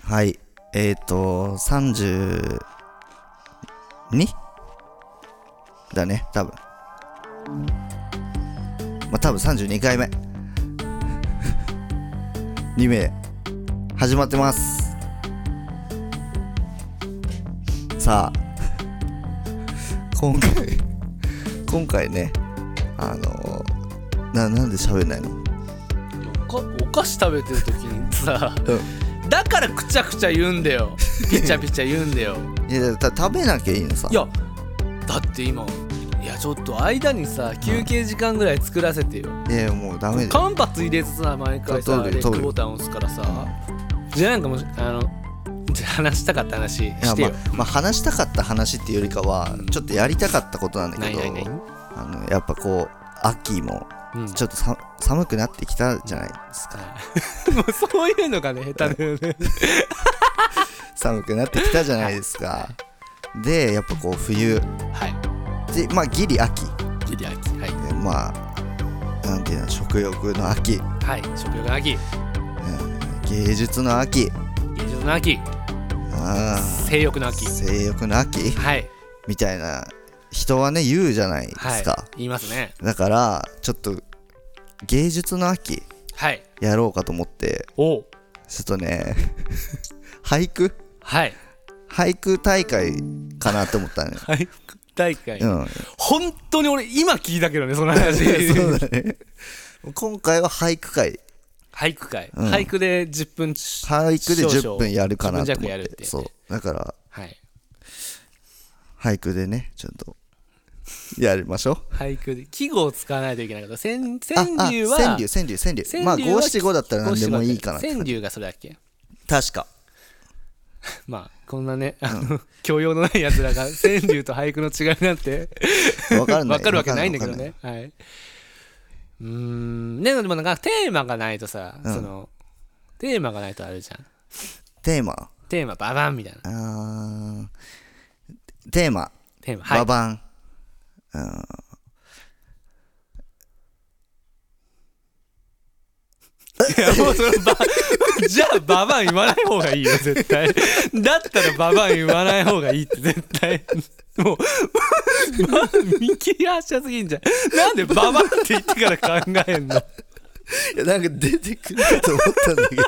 はい。えっ、ー、と、32? だね、多分。まあ、多分32回目。2名、始まってます。さあ、今回、今回ね、あのな、なんで喋んないのおかお菓子食べてる時にさ、うだからくちゃくちゃ言うんだよピチャピチャ言うんだよいや、た食べなきゃいいのさ。いやだって今いやちょっと間にさ休憩時間ぐらい作らせてよいや、もうダメだよ。間髪入れずさ毎回通さるレよッ通クるよボタン押すからさじゃあなんかもうあのじゃあ話したかった話いやしてまよあ、まあ話したかった話っていうよりかはうんちょっとやりたかったことなんだなけいどないないあのやっぱこう秋もうんちょっとさ寒くなってきたじゃないですか もうそういうのがね下手だ よね寒くなってきたじゃないですか でやっぱこう冬はいでまあギリ秋ギリアキはいえまあなんていうの食欲の秋はい食欲の秋芸術の秋芸術の秋あ性欲の秋性欲の秋はいみたいな人はね言うじゃないですはいか、言いますねだからちょっと芸術の秋はいやろうかと思っておうちょっとね、 俳句はい俳句大会かなって思ったね。俳句大会、うん。本当に俺今聞いたけどね その話そうだね。今回は俳句会。俳句会、うん俳句で10分ち俳句で少10々分やるかなと10分思弱やっるて。ってそう。だから、はい俳句でね、ちょっと、やりましょう。俳句で季語を使わないといけないから川柳ああは川柳、川柳、川柳。まあ、川柳は五七五だったら何でもいいかなって川感じ。柳がそれだっけ確か。まあこんなねあの、教養のないやつらが川柳と俳句の違いなんてわかるわかるわけないんだけど。ね。はい。うーん。ねでもなんかテーマがないとさ、うんそのテーマがないとあるじゃん。テーマ。テーマババンみたいな。あーテーマ。テーマはい。ババン。うんいやもうそのバ じゃあババン言わない方がいいよ絶対。だったらババン言わない方がいいって絶対。もう、ま、見切り発車すぎんじゃん。なんでババンって言ってから考えんのいやなんか出てくるかと思ったんだけど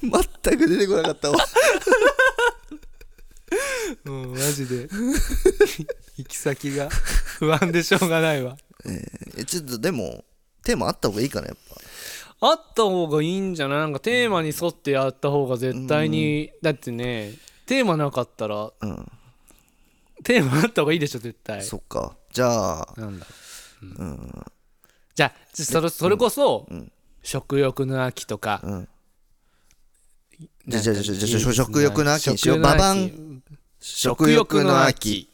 全く出てこなかったわ もうマジで。行き先が不安でしょうがないわ。えちょっとでもテーマあった方がいいかなやっぱあった方がいいんじゃないなんかテーマに沿ってやった方が絶対に、だってねテーマなかったらうんテーマあった方がいいでしょ絶対そっかじゃあなんだろう、うんじゃあちそれそれこそ、食欲の秋とか、んなんかじゃあじゃあじゃあじゃあ食欲の秋にしよう食欲の秋ババン食食欲欲のの秋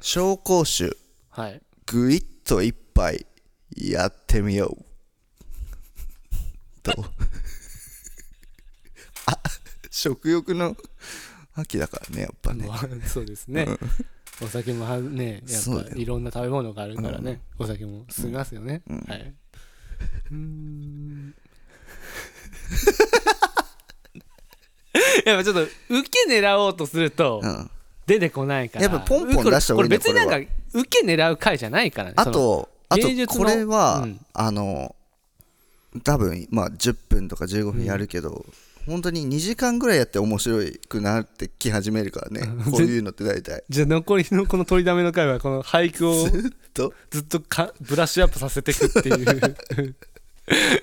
秋紹興酒はいぐいっと一杯やってみようと あ食欲の秋だからねやっぱねまあ そうですね、お酒もはねやそうっだぱいろんな食べ物があるからね、お酒も進みますよね、は いうーん やっぱちょっと受け狙おうとするとうん出てこないから、やっぱポンポン出した方がいいねこれこれ別になんか受け狙う回じゃないからねあと、あと芸術このれは、うんあの、多分まあ10分とか15分やるけど、本当に2時間ぐらいやって面白くなってき始めるから ね、こういうのって大体。 じゃあ残りのこの取りだめの回はこの俳句をずっと、ずっとかブラッシュアップさせていくってい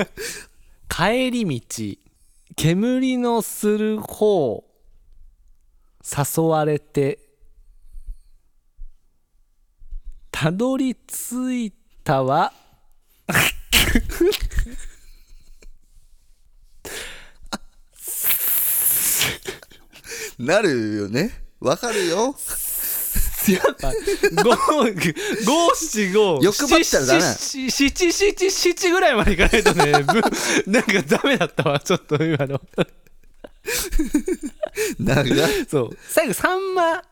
う帰り道煙のする方誘われてたどり着いたはなるよね。わかる よ。やっぱ五七五欲張ったらダメなの七七七七ぐらいまでいかない とねぶなんかダメだったわちょっと今の。なんか、そう最後サンマ、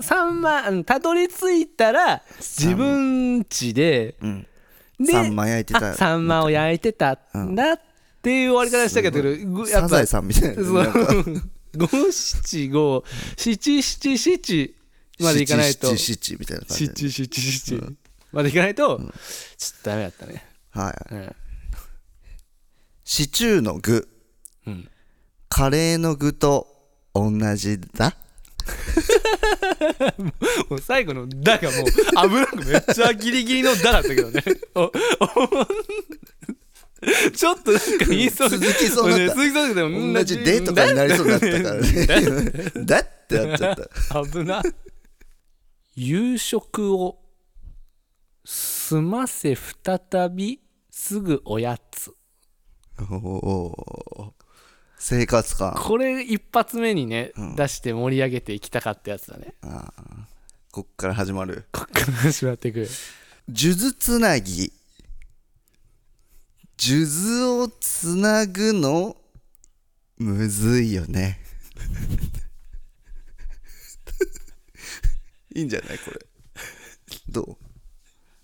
サンマうんたどり着いたら自分家で、うん。でサンマ焼いてたあサンマを焼いてたんだっっていう終わり方したけどぐやサっぱザエさんみたいなそなん かう五七五七七七までいかないと七七七みたいな感じ七七七七までいかないとちょっとダメだったねはいうんシチューの具うんカレーの具と同じだもう最後の「だ」がもう 危なくめっちゃギリギリの「だ」だったけどねおおちょっとなんか言いそう続きそうになったね続きそうだけど同じでとかになりそうになったからねだってなっちゃった危な夕食を済ませ再びすぐおやつおー生活感これ一発目にね、出して盛り上げていきたかったやつだねこっから始まるこっから始まっていく数珠つなぎ数珠をつなぐのむずいよね いいんじゃないこれど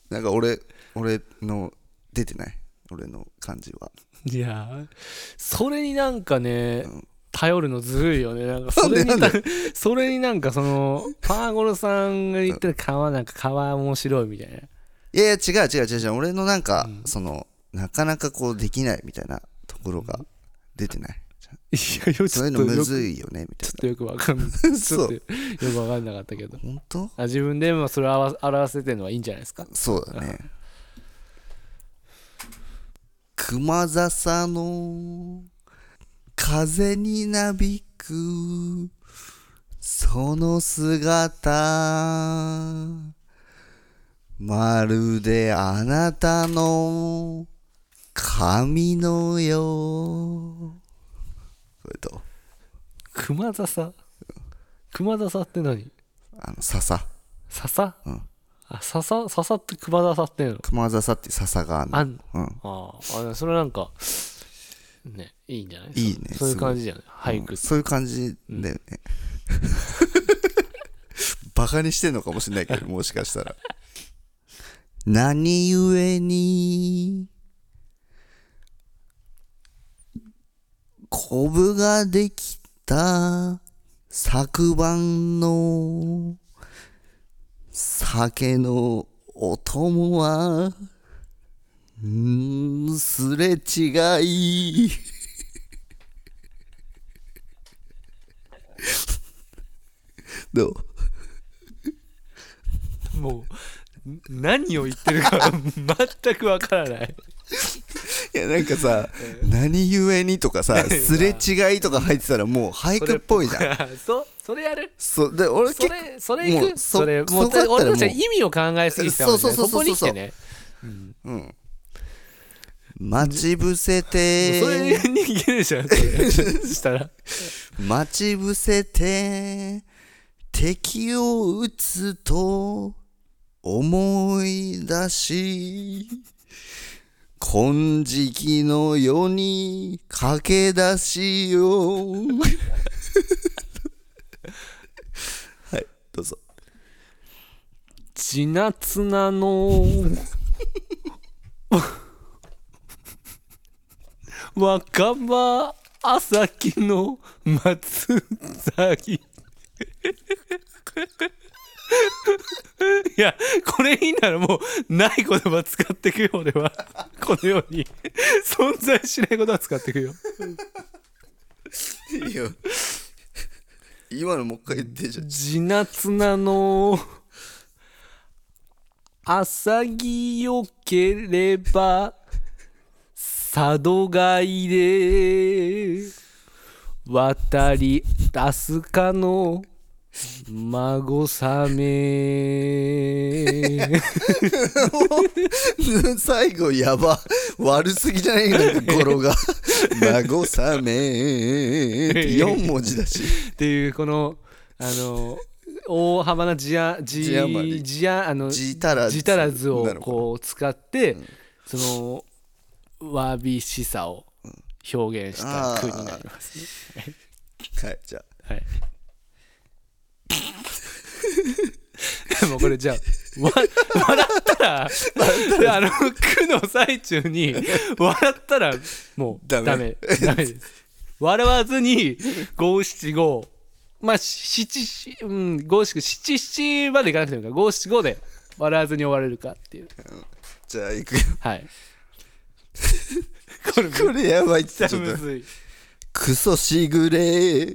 うなんか俺俺の出てない俺の感じはいやーそれになんかね、頼るのずるいよねなんかそれになんでなんたそれになんかそのパーゴロさんが言ってる川なんか川面白いみたいないやいや違う違う違う違う俺のなんか、そのなかなかこうできないみたいなところが出てないいやよちそういょうのっとむよくずいよねみたちいょっとよくわかんないなちそょっうとよくわかんなかったけど本当あ自分でもそれを表表せてるのはいいんじゃないですかそうだね。熊笹の風になびくその姿まるであなたの髪のよう。それと、熊笹熊笹って何あの、笹。笹、うんあ笹笹って熊笹っていうの熊笹って笹があるのあんうん。あーあそれなんかねいいんじゃないいいねそういう感じじゃない俳句、そういう感じだよね。バカにしてんのかもしれないけど、もしかしたら。何故に、コブができた昨晩の酒のお供は、うーん、すれ違い。どうもうん何を言ってるか全くわから ないいやなんかさ「何故に」とか さ「すれ違い」とか入ってたらもう俳句っぽいじゃんゃんそそれやるそうで俺そ結構れそれいくもうそそれもうそこだったらもう俺たちは意味を考えすぎてたもんねそうそうそうそうここに来てね待ち伏せ それてにいけるじゃ んそれしたら待ち伏せて敵を撃つと思い出し金色の世に駆け出し ようはいどうぞ地なつなの 若葉朝日の松崎い やこれいいならもうない言葉使ってくよ俺はこのように存在しない言葉使ってくよいいよ今のもう一回言ってじゃん地なつなの浅木よければ佐渡街で渡り出すかの孫さめ最後やば悪すぎじゃないなんか語呂が「孫さめ」って4文字だしっていうこのあの大幅な字や字字余り字やあの字足らず字足らずなをのかなこう使って、そのわびしさを表現した句になりますね、はいじゃあはい もうこれじゃあわ笑ったらであの句の最中に笑ったらもうダダメメダメです笑わずに五七五まあ七七うん五七五七七までいかなくてもいいから五七五で笑わずに終われるかっていうじゃあ行くよはいこれやばいっじてゃちょっむとずいクソしぐれ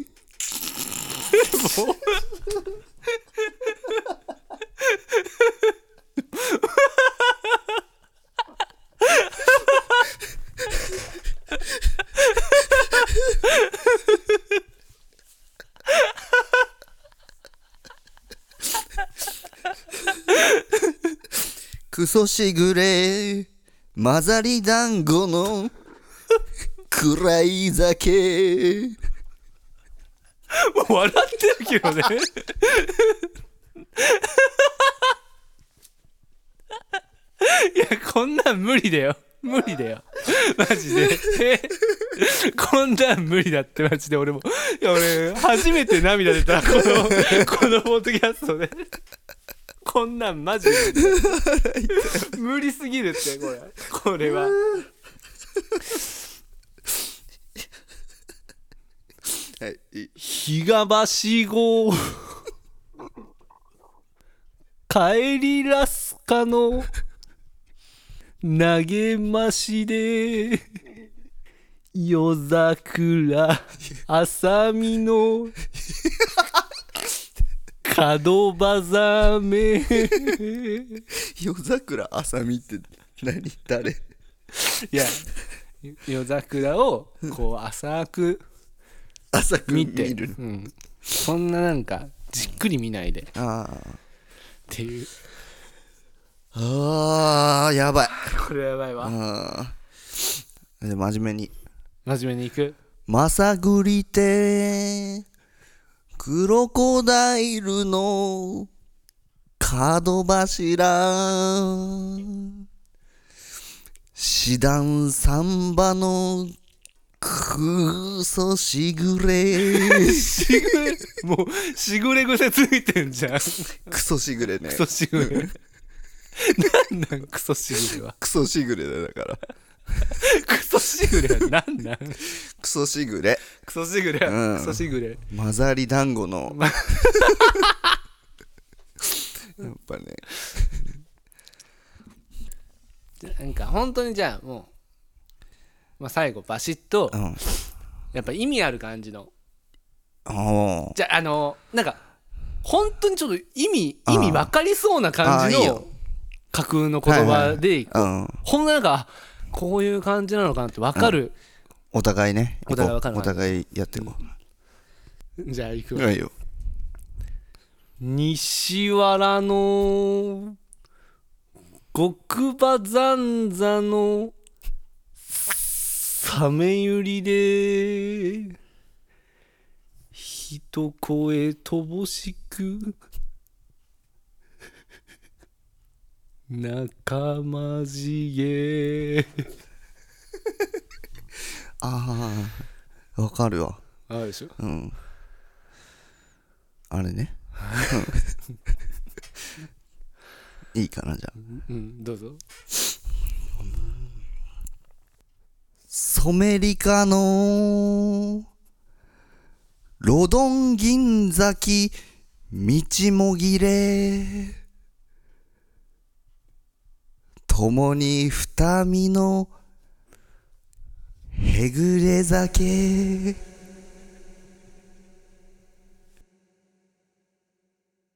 クソしぐれ混ざり団子の暗い酒もう笑ってるけどねいやこんなん無理だよ無理だよマジでえこんなん無理だってマジで俺もいや俺初めて涙出たこのこのポッドキャストでこんなんマジで無理すぎるってこれこれははいい日がばしご帰りラスカの投げましで夜桜浅見の角ばざめ夜桜あさみって何誰いや夜桜をこう浅く朝く見見てるうん、そんななんかじっくり見ないでっあていうああーやばいこれやばいわあーで真面目に真面目にいく「まさぐりてクロコダイルの角柱」「師団サンバのクソしぐれ」しぐれもうしぐれ癖ついてん じゃんク クソしぐれねソしぐれなんなんクソしぐれはクソしぐれだよだからクソしぐれはなんなんクソしぐれクソしぐれうはんクソしぐれ混ざり団子 のやっぱねなんか本当にじゃあもう、まあ、最後バシッとうんやっぱ意味ある感じのおーじゃああのなんか本当にちょっと意味意味分かりそうな感じあーいいのよ架空の言葉でいくうんほんのなんかあこういう感じなのかなって分かる、お互いねお互いわかるお互いやっていこじゃあいくうわはいよ西原の極馬残座のサメゆりで一声乏しく仲間じげああわかるわあるでしょうんあれ ねうんい いかなじゃあうんどうぞソメリカのロドン銀崎道もぎれ共に二身のへぐれ酒